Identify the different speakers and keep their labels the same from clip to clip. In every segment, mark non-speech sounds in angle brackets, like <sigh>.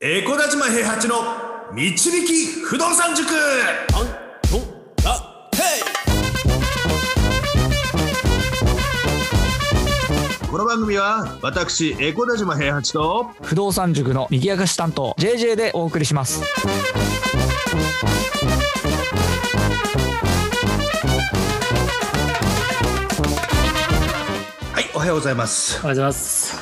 Speaker 1: エコダ島平八の導き不動産塾
Speaker 2: アントラテ
Speaker 1: この番組は私エコダ島平八と
Speaker 3: 不動産塾の賑やかし担当 JJ でお送りします
Speaker 1: はいおはようございます
Speaker 2: おはようございます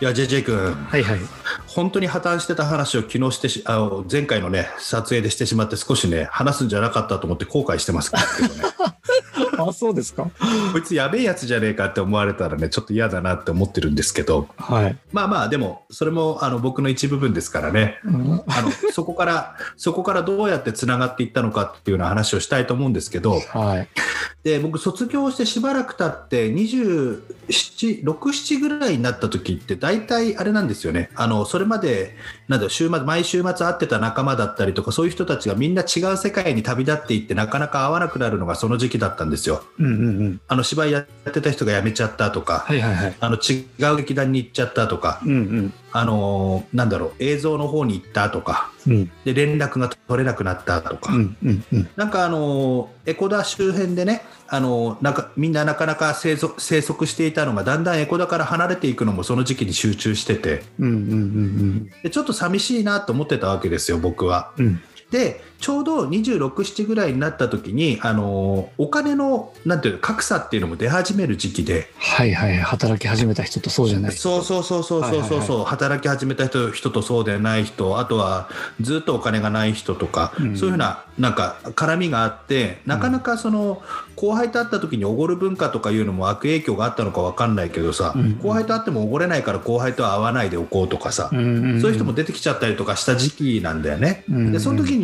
Speaker 1: いや JJ 君
Speaker 2: はいはい
Speaker 1: 本当に破綻してた話を昨日してしあ前回のね撮影でしてしまって少しね話すんじゃなかったと思って後悔してます <laughs> けどね
Speaker 3: あそうですか
Speaker 1: こいつやべえやつじゃねえかって思われたらねちょっと嫌だなって思ってるんですけど
Speaker 3: はい、
Speaker 1: まあまあでもそれもあの僕の一部分ですからね
Speaker 3: うん
Speaker 1: あのそこからそこからどうやってつながっていったのかっていうような話をしたいと思うんですけど、
Speaker 3: はい
Speaker 1: で僕卒業してしばらく経って276ぐらいになった時って大体あれなんですよねあのそれまでなんだろう週末毎週末会ってた仲間だったりとかそういう人たちがみんな違う世界に旅立っていってなかなか会わなくなるのがその時期だったんですよ。
Speaker 3: うんうんうん
Speaker 1: あの芝居やってた人が辞めちゃったとか、
Speaker 3: はいはいはい
Speaker 1: あの違う劇団に行っちゃったとか、
Speaker 3: うんうん
Speaker 1: あのーなんだろう映像の方に行ったとか
Speaker 3: うん
Speaker 1: で連絡が取れなくなったとか、
Speaker 3: うんうんうん
Speaker 1: なんかあのエコダ周辺でね、あのなんかみんななかなか生息生息していたのが、だんだんエコダから離れていくのもその時期に集中してて、
Speaker 3: うんうん
Speaker 1: でちょっと寂しいなと思ってたわけですよ、僕は。
Speaker 3: うんうん
Speaker 1: で、ちょうど26、7ぐらいになった時に、あのお金のなんていうの格差っていうのも出始める時期で、
Speaker 3: はいはい働き始めた人とそうじゃない
Speaker 1: そうそうそうそうそうそう、
Speaker 3: はい
Speaker 1: そう働き始めた人人とそうでない人あとはずっとお金がない人とか、
Speaker 3: うん
Speaker 1: そういうふうななんか絡みがあってなかなかその後輩と会った時におごる文化とかいうのも悪影響があったのかわかんないけどさ、
Speaker 3: うん
Speaker 1: 後輩と会ってもおごれないから後輩とは会わないでおこうとかさ、
Speaker 3: んん
Speaker 1: そういう人も出てきちゃったりとかした時期なんだよね。
Speaker 3: うん
Speaker 1: でその時に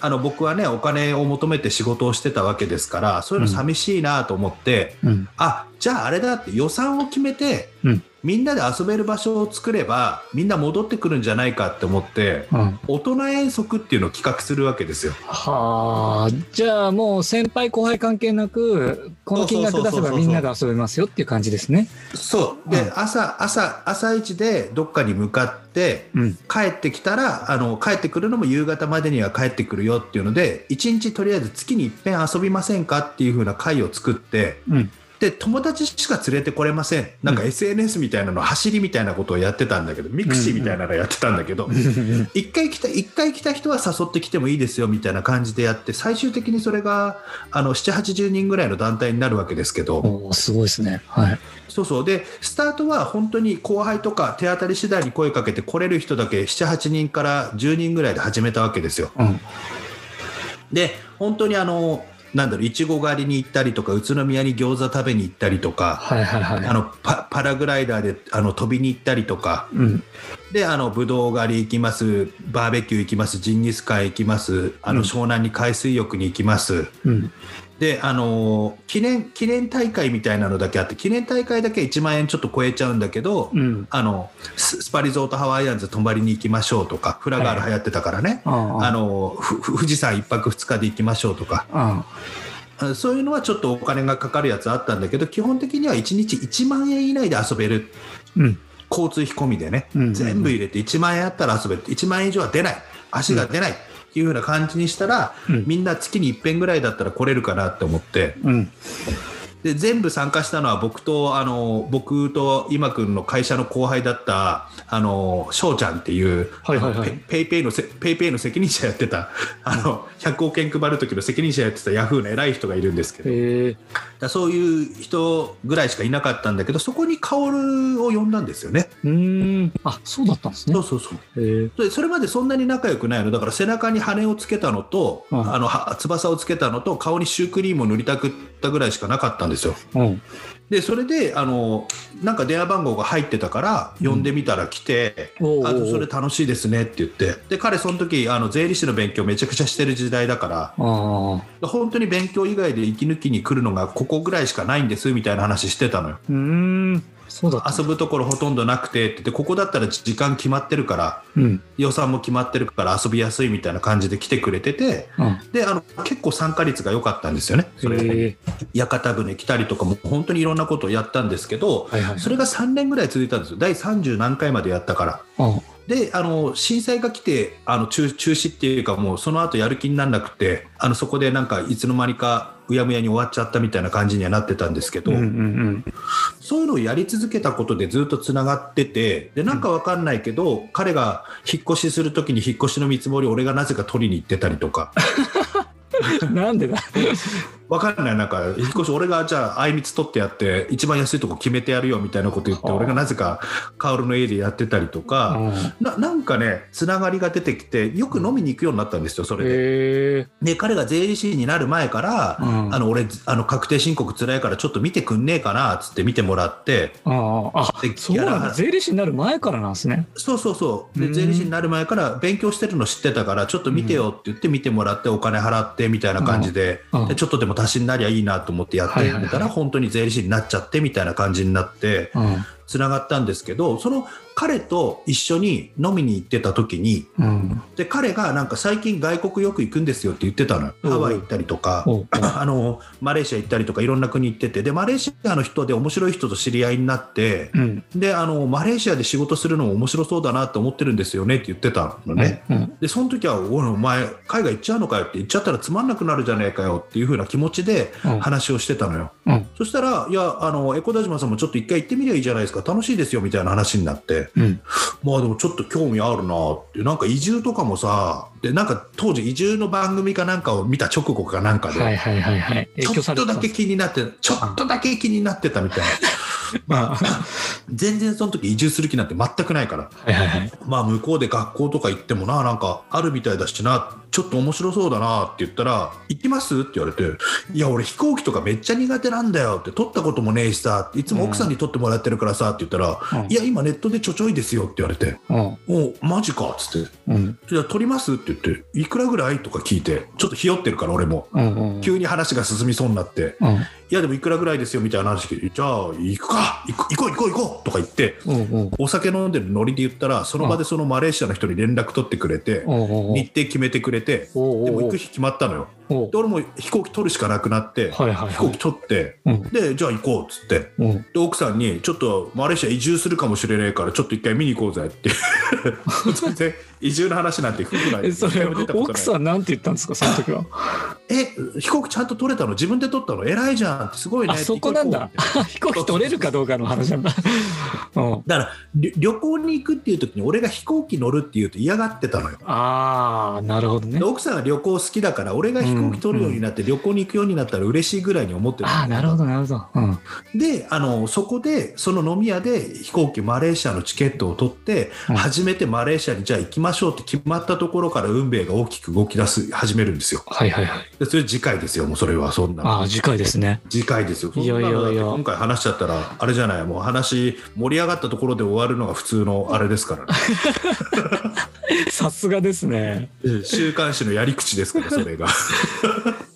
Speaker 1: あの僕はねお金を求めて仕事をしてたわけですからそういうの寂しいなと思って。
Speaker 3: うん
Speaker 1: あじゃああれだって予算を決めて、
Speaker 3: うん
Speaker 1: みんなで遊べる場所を作ればみんな戻ってくるんじゃないかって思って
Speaker 3: うん
Speaker 1: 大人遠足っていうのを企画するわけですよ。
Speaker 3: はあじゃあもう先輩後輩関係なくこの金額
Speaker 1: そ
Speaker 3: 出せ
Speaker 1: うそうそうそう
Speaker 3: ば
Speaker 1: そう
Speaker 3: みんなが遊べますよっていう感じですね
Speaker 1: そうで、
Speaker 3: うん
Speaker 1: 朝朝朝一でどっかに向かって
Speaker 3: うん
Speaker 1: 帰ってきたらあの帰ってくるのも夕方までには帰ってくるよっていうので1日とりあえず月に一遍遊びませんかっていう風な会を作って。
Speaker 3: うん
Speaker 1: で友達しか連れてこれませんなんか SNS みたいなの走りみたいなことをやってたんだけど、ミクシーみたいなのやってたんだけど、一回来た一回来た人は誘ってきてもいいですよみたいな感じでやって最終的にそれがあの780人ぐらいの団体になるわけですけど、
Speaker 3: <laughs> おーすごいですねはい
Speaker 1: そうそうでスタートは本当に後輩とか手当たり次第に声かけて来れる人だけ78人から10人ぐらいで始めたわけですよ。
Speaker 3: うん
Speaker 1: で本当にあのなんだろういちご狩りに行ったりとか宇都宮に餃子食べに行ったりとか。
Speaker 3: はいはいはい
Speaker 1: あのパパラグライダーであの飛びに行ったりとか、
Speaker 3: うん
Speaker 1: であのブドウ狩り行きますバーベキュー行きますジンギスカン行きますあの
Speaker 3: うん
Speaker 1: 湘南に海水浴に行きます、
Speaker 3: うん
Speaker 1: であのー記念記念大会みたいなのだけあって記念大会だけ1万円ちょっと超えちゃうんだけど、
Speaker 3: うん
Speaker 1: あのススパリゾートハワイアンズ泊まりに行きましょうとかフラガール流行ってたからね、
Speaker 3: あ
Speaker 1: あ
Speaker 3: の
Speaker 1: のふふ富士山1泊2日で行きましょうとか
Speaker 3: あ
Speaker 1: あそういうのはちょっとお金がかかるやつあったんだけど基本的には1日1万円以内で遊べる
Speaker 3: うん
Speaker 1: 交通費込みでね、
Speaker 3: うんうんうん
Speaker 1: 全部入れて1万円あったら遊べる1万円以上は出ない足が出ないっていう風な感じにしたら、
Speaker 3: うん
Speaker 1: みんな月に一遍ぐらいだったら来れるかなって思って
Speaker 3: うん
Speaker 1: で全部参加したのは僕とあの僕と今君の会社の後輩だったあの翔ちゃんっていう、
Speaker 3: はいはいはい
Speaker 1: あのペペイペイのせペイペイの責任者やってたあの100億円配る時の責任者やってたヤフーの偉い人がいるんですけど
Speaker 3: へえ
Speaker 1: だからそういう人ぐらいしかいなかったんだけどそこに薫を呼んだんですよね。
Speaker 3: うーんあそうだったんですね
Speaker 1: そうそうそう
Speaker 3: へえ
Speaker 1: でそれまでそんなに仲良くないのだから背中に羽をつけたのと、
Speaker 3: うん
Speaker 1: あのは翼をつけたのと顔にシュークリームを塗りたくったぐらいしかなかったんですよ
Speaker 3: うん
Speaker 1: でそれであのなんか電話番号が入ってたから呼んでみたら来て、
Speaker 3: おうおうおう
Speaker 1: あとそれ楽しいですねって言ってで彼その時あの税理士の勉強めちゃくちゃしてる時代だから
Speaker 3: ああ
Speaker 1: 本当に勉強以外で息抜きに来るのがここぐらいしかないんですみたいな話してたのよ
Speaker 3: うーんそうだった
Speaker 1: 遊ぶところほとんどなくてって言ってここだったら時間決まってるから
Speaker 3: うん
Speaker 1: 予算も決まってるから遊びやすいみたいな感じで来てくれてて
Speaker 3: うん
Speaker 1: であの結構参加率が良かったんですよねそれで
Speaker 3: へえ
Speaker 1: 屋形船来たりとかも本当にいろんなことをやったんですけど
Speaker 3: はいはい
Speaker 1: それが3年ぐらい続いたんですよ第30何回までやったから
Speaker 3: あ
Speaker 1: であの震災が来てあの中中止っていうかもうその後やる気にならなくてあのそこでなんかいつの間にかうやむやに終わっちゃったみたいな感じにはなってたんですけど、
Speaker 4: うんうん
Speaker 1: そういうのをやり続けたことでずっとつながっててでなんかわかんないけど、彼が引っ越しする時に引っ越しの見積もり俺がなぜか取りに行ってたりとか
Speaker 3: なんでだ
Speaker 1: わかんないなんか引っ越し俺がじゃああいみつ取ってやって一番安いとこ決めてやるよみたいなこと言って
Speaker 4: あー
Speaker 1: 俺がなぜか薫の家でやってたりとか。
Speaker 4: うん。
Speaker 1: ななんかねつながりが出てきてよく飲みに行くようになったんですよそれで。
Speaker 3: へえ
Speaker 1: で彼が税理士になる前から、
Speaker 4: うん
Speaker 1: あの俺あの確定申告つらいからちょっと見てくんねえかなっつって見てもらって
Speaker 4: ああ、あ、
Speaker 1: で
Speaker 3: そう
Speaker 1: や
Speaker 3: なん
Speaker 1: ら
Speaker 3: だ税理士になる前からなんですね
Speaker 1: そうそうそう
Speaker 4: う
Speaker 1: で
Speaker 4: ん
Speaker 1: 税理士になる前から勉強してるの知ってたからちょっと見てよって言って見てもらってお金払ってみたいな感じで,、
Speaker 4: うん
Speaker 1: でちょっとでも足しになりゃいいなと思ってやってみたら、
Speaker 4: はいはいはい
Speaker 1: 本当に税理士になっちゃってみたいな感じになって
Speaker 4: うん
Speaker 1: つながったんですけどその彼と一緒に飲みに行ってた時に
Speaker 4: うん。
Speaker 1: で彼がなんか最近外国よく行くんですよって言ってたのよ
Speaker 4: うん
Speaker 1: ハワイ行ったりとか、
Speaker 3: おう
Speaker 1: あのマレーシア行ったりとかいろんな国行っててでマレーシアの人で面白い人と知り合いになって
Speaker 4: うん。
Speaker 1: であのマレーシアで仕事するのも面白そうだなと思ってるんですよねって言ってたのね、
Speaker 4: うん。
Speaker 1: でその時は「おいお前海外行っちゃうのかよ」って行っちゃったらつまんなくなるじゃねえかよっていう風な気持ちで
Speaker 4: うん
Speaker 1: 話をしてたのよ、
Speaker 4: うん
Speaker 1: そしたら「いやあのエコダ島さんもちょっと一回行ってみりゃいいじゃないですか楽しいですよ」みたいな話になって
Speaker 4: うん。
Speaker 1: まあでもちょっと興味あるなってなんか移住とかもさでなんか当時移住の番組かなんかを見た直後かなんかで、
Speaker 4: はいはいはいはい。
Speaker 3: 影
Speaker 1: ちょ
Speaker 3: 響
Speaker 1: っ
Speaker 3: され
Speaker 1: と
Speaker 3: てた
Speaker 1: だ
Speaker 3: ん
Speaker 1: け
Speaker 3: です
Speaker 1: 気になってちょっとだけ気になってたみ
Speaker 3: <laughs>
Speaker 1: たいなまあ <laughs> 全然その時移住する気なんて全くないから
Speaker 3: はいはいはい
Speaker 1: まあ向こうで学校とか行ってもななんかあるみたいだしなちょっと面白そうだなって言ったら「行きます?」って言われて「いや俺飛行機とかめっちゃ苦手なんだよ」って「取ったこともねえしさいつも奥さんに取ってもらってるからさ」って言ったら「いや今ネットでちょちょいですよ」って言われて
Speaker 4: うん。
Speaker 1: 「おマジか」っつって
Speaker 4: うん。
Speaker 1: 「じゃあ取ります?」って言って「いくらぐらい?」とか聞いてちょっとひよってるから俺も
Speaker 4: うん。うん。
Speaker 1: 急に話が進みそうになって
Speaker 4: うん。
Speaker 1: 「いやでもいくらぐらいですよ」みたいな話聞いて「じゃあ行くか行く行こう行こう行こう」とか言って
Speaker 4: うん。うん。
Speaker 1: お酒飲んでるノリで言ったらその場でそのマレーシアの人に連絡取ってくれて
Speaker 4: お
Speaker 1: 日程決めてくれて
Speaker 4: お
Speaker 1: でも行く日決まったのよ
Speaker 4: お
Speaker 1: で俺も飛行機取るしかなくなって
Speaker 4: はいはい
Speaker 1: 飛
Speaker 4: は
Speaker 1: 行
Speaker 4: い
Speaker 1: 機取って
Speaker 4: うん
Speaker 1: でじゃあ行こうっつって
Speaker 4: うん
Speaker 1: で奥さんにちょっとマレーシア移住するかもしれないからちょっと一回見に行こうぜって
Speaker 3: <laughs>
Speaker 1: 全然移住の話なんて夫婦なんて
Speaker 3: えそ
Speaker 1: 一
Speaker 3: れ
Speaker 1: 回も出たことない
Speaker 3: 奥さんなんて言ったんですかその時 <laughs> は
Speaker 1: え飛行機ちゃんと取れたの自分で取ったの偉いじゃんってすごいね
Speaker 3: あそこなんだ飛行機取れるかど <laughs> うかの話なんだうん
Speaker 1: だから旅旅行に行くっていう時に俺が飛行機乗るっていうと嫌がってたのよ
Speaker 3: ああなるほどね
Speaker 1: で奥さんは旅行好きだから俺が飛行機取るようになって旅行に行くようになったら嬉しいぐらいに思ってる、
Speaker 3: ああなるほどなるほどうん
Speaker 1: であのそこでその飲み屋で飛行機マレーシアのチケットを取って、
Speaker 4: うん
Speaker 1: 初めてマレーシアにじゃあ行きましょうって決まったところから運命が大きく動き出す始めるん
Speaker 3: <laughs>
Speaker 1: ですよ
Speaker 4: はいはいはい。
Speaker 1: でそれ次回ですよもうそれはそんな
Speaker 3: ああ次回ですね
Speaker 1: 次回ですよそん
Speaker 3: い
Speaker 1: な
Speaker 3: やいやいや
Speaker 1: のだって今回話しちゃったらあれじゃないもう話盛り上がったところで終わるのが普通のあれですからね
Speaker 3: <laughs> さすがですね
Speaker 1: うん <laughs> 週刊誌のやり口ですからそれが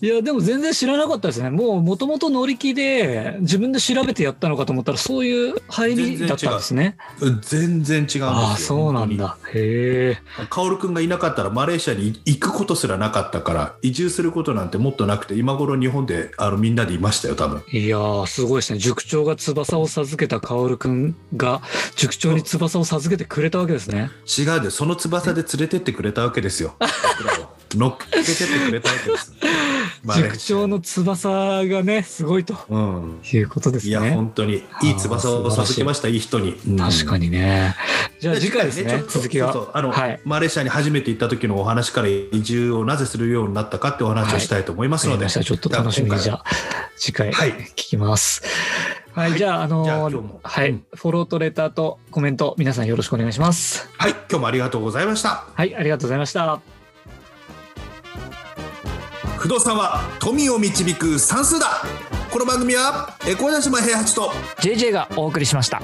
Speaker 3: いやでも全然知らなかったですねもうもともと乗り気で自分で調べてやったのかと思ったらそういう入りだったんですね
Speaker 1: うん <laughs> 全然違うんですよ
Speaker 3: ああそうなんだへえ
Speaker 1: カオルくんがいなかったらマレーシアに行くことすらなかったから移住することなんてもっとなくて今頃日本であのみんなでいましたよ多分
Speaker 3: いやーすごいですね塾長が翼を授けた薫くんが塾長に翼を授けてくれたわけですね
Speaker 1: 違うでその翼で連れてってくれたわけ <laughs> ですよ僕らを乗っけてってくれたわけですマレーシアに
Speaker 3: 塾長の翼がねすごいと
Speaker 1: うん
Speaker 3: いうことです
Speaker 1: いや、
Speaker 3: ね
Speaker 1: 本当にいい翼を授けましたいい人に、
Speaker 3: 確か
Speaker 1: に
Speaker 3: にねじゃあ <laughs> 次回です
Speaker 1: ち
Speaker 3: ね
Speaker 1: ょっと
Speaker 3: 続きは
Speaker 1: そうそうあの、
Speaker 3: はい
Speaker 1: マレーシアに初めて行った時のお話から移住をなぜするようになったかってお話をしたいと思います
Speaker 3: わか
Speaker 1: の
Speaker 3: り
Speaker 1: で、
Speaker 3: ましたちょっと楽しみにじゃあ次回
Speaker 1: はい
Speaker 3: 聞きますはい、じゃああの
Speaker 1: じゃあ今日も
Speaker 3: はい、フォローとレターとコメント皆さんよろしくお願いします
Speaker 1: はい今日もありがとうございました
Speaker 3: はいありがとうございました
Speaker 1: 不動産は富を導く算数だこの番組はエコーダ島平八と
Speaker 3: JJ がお送りしました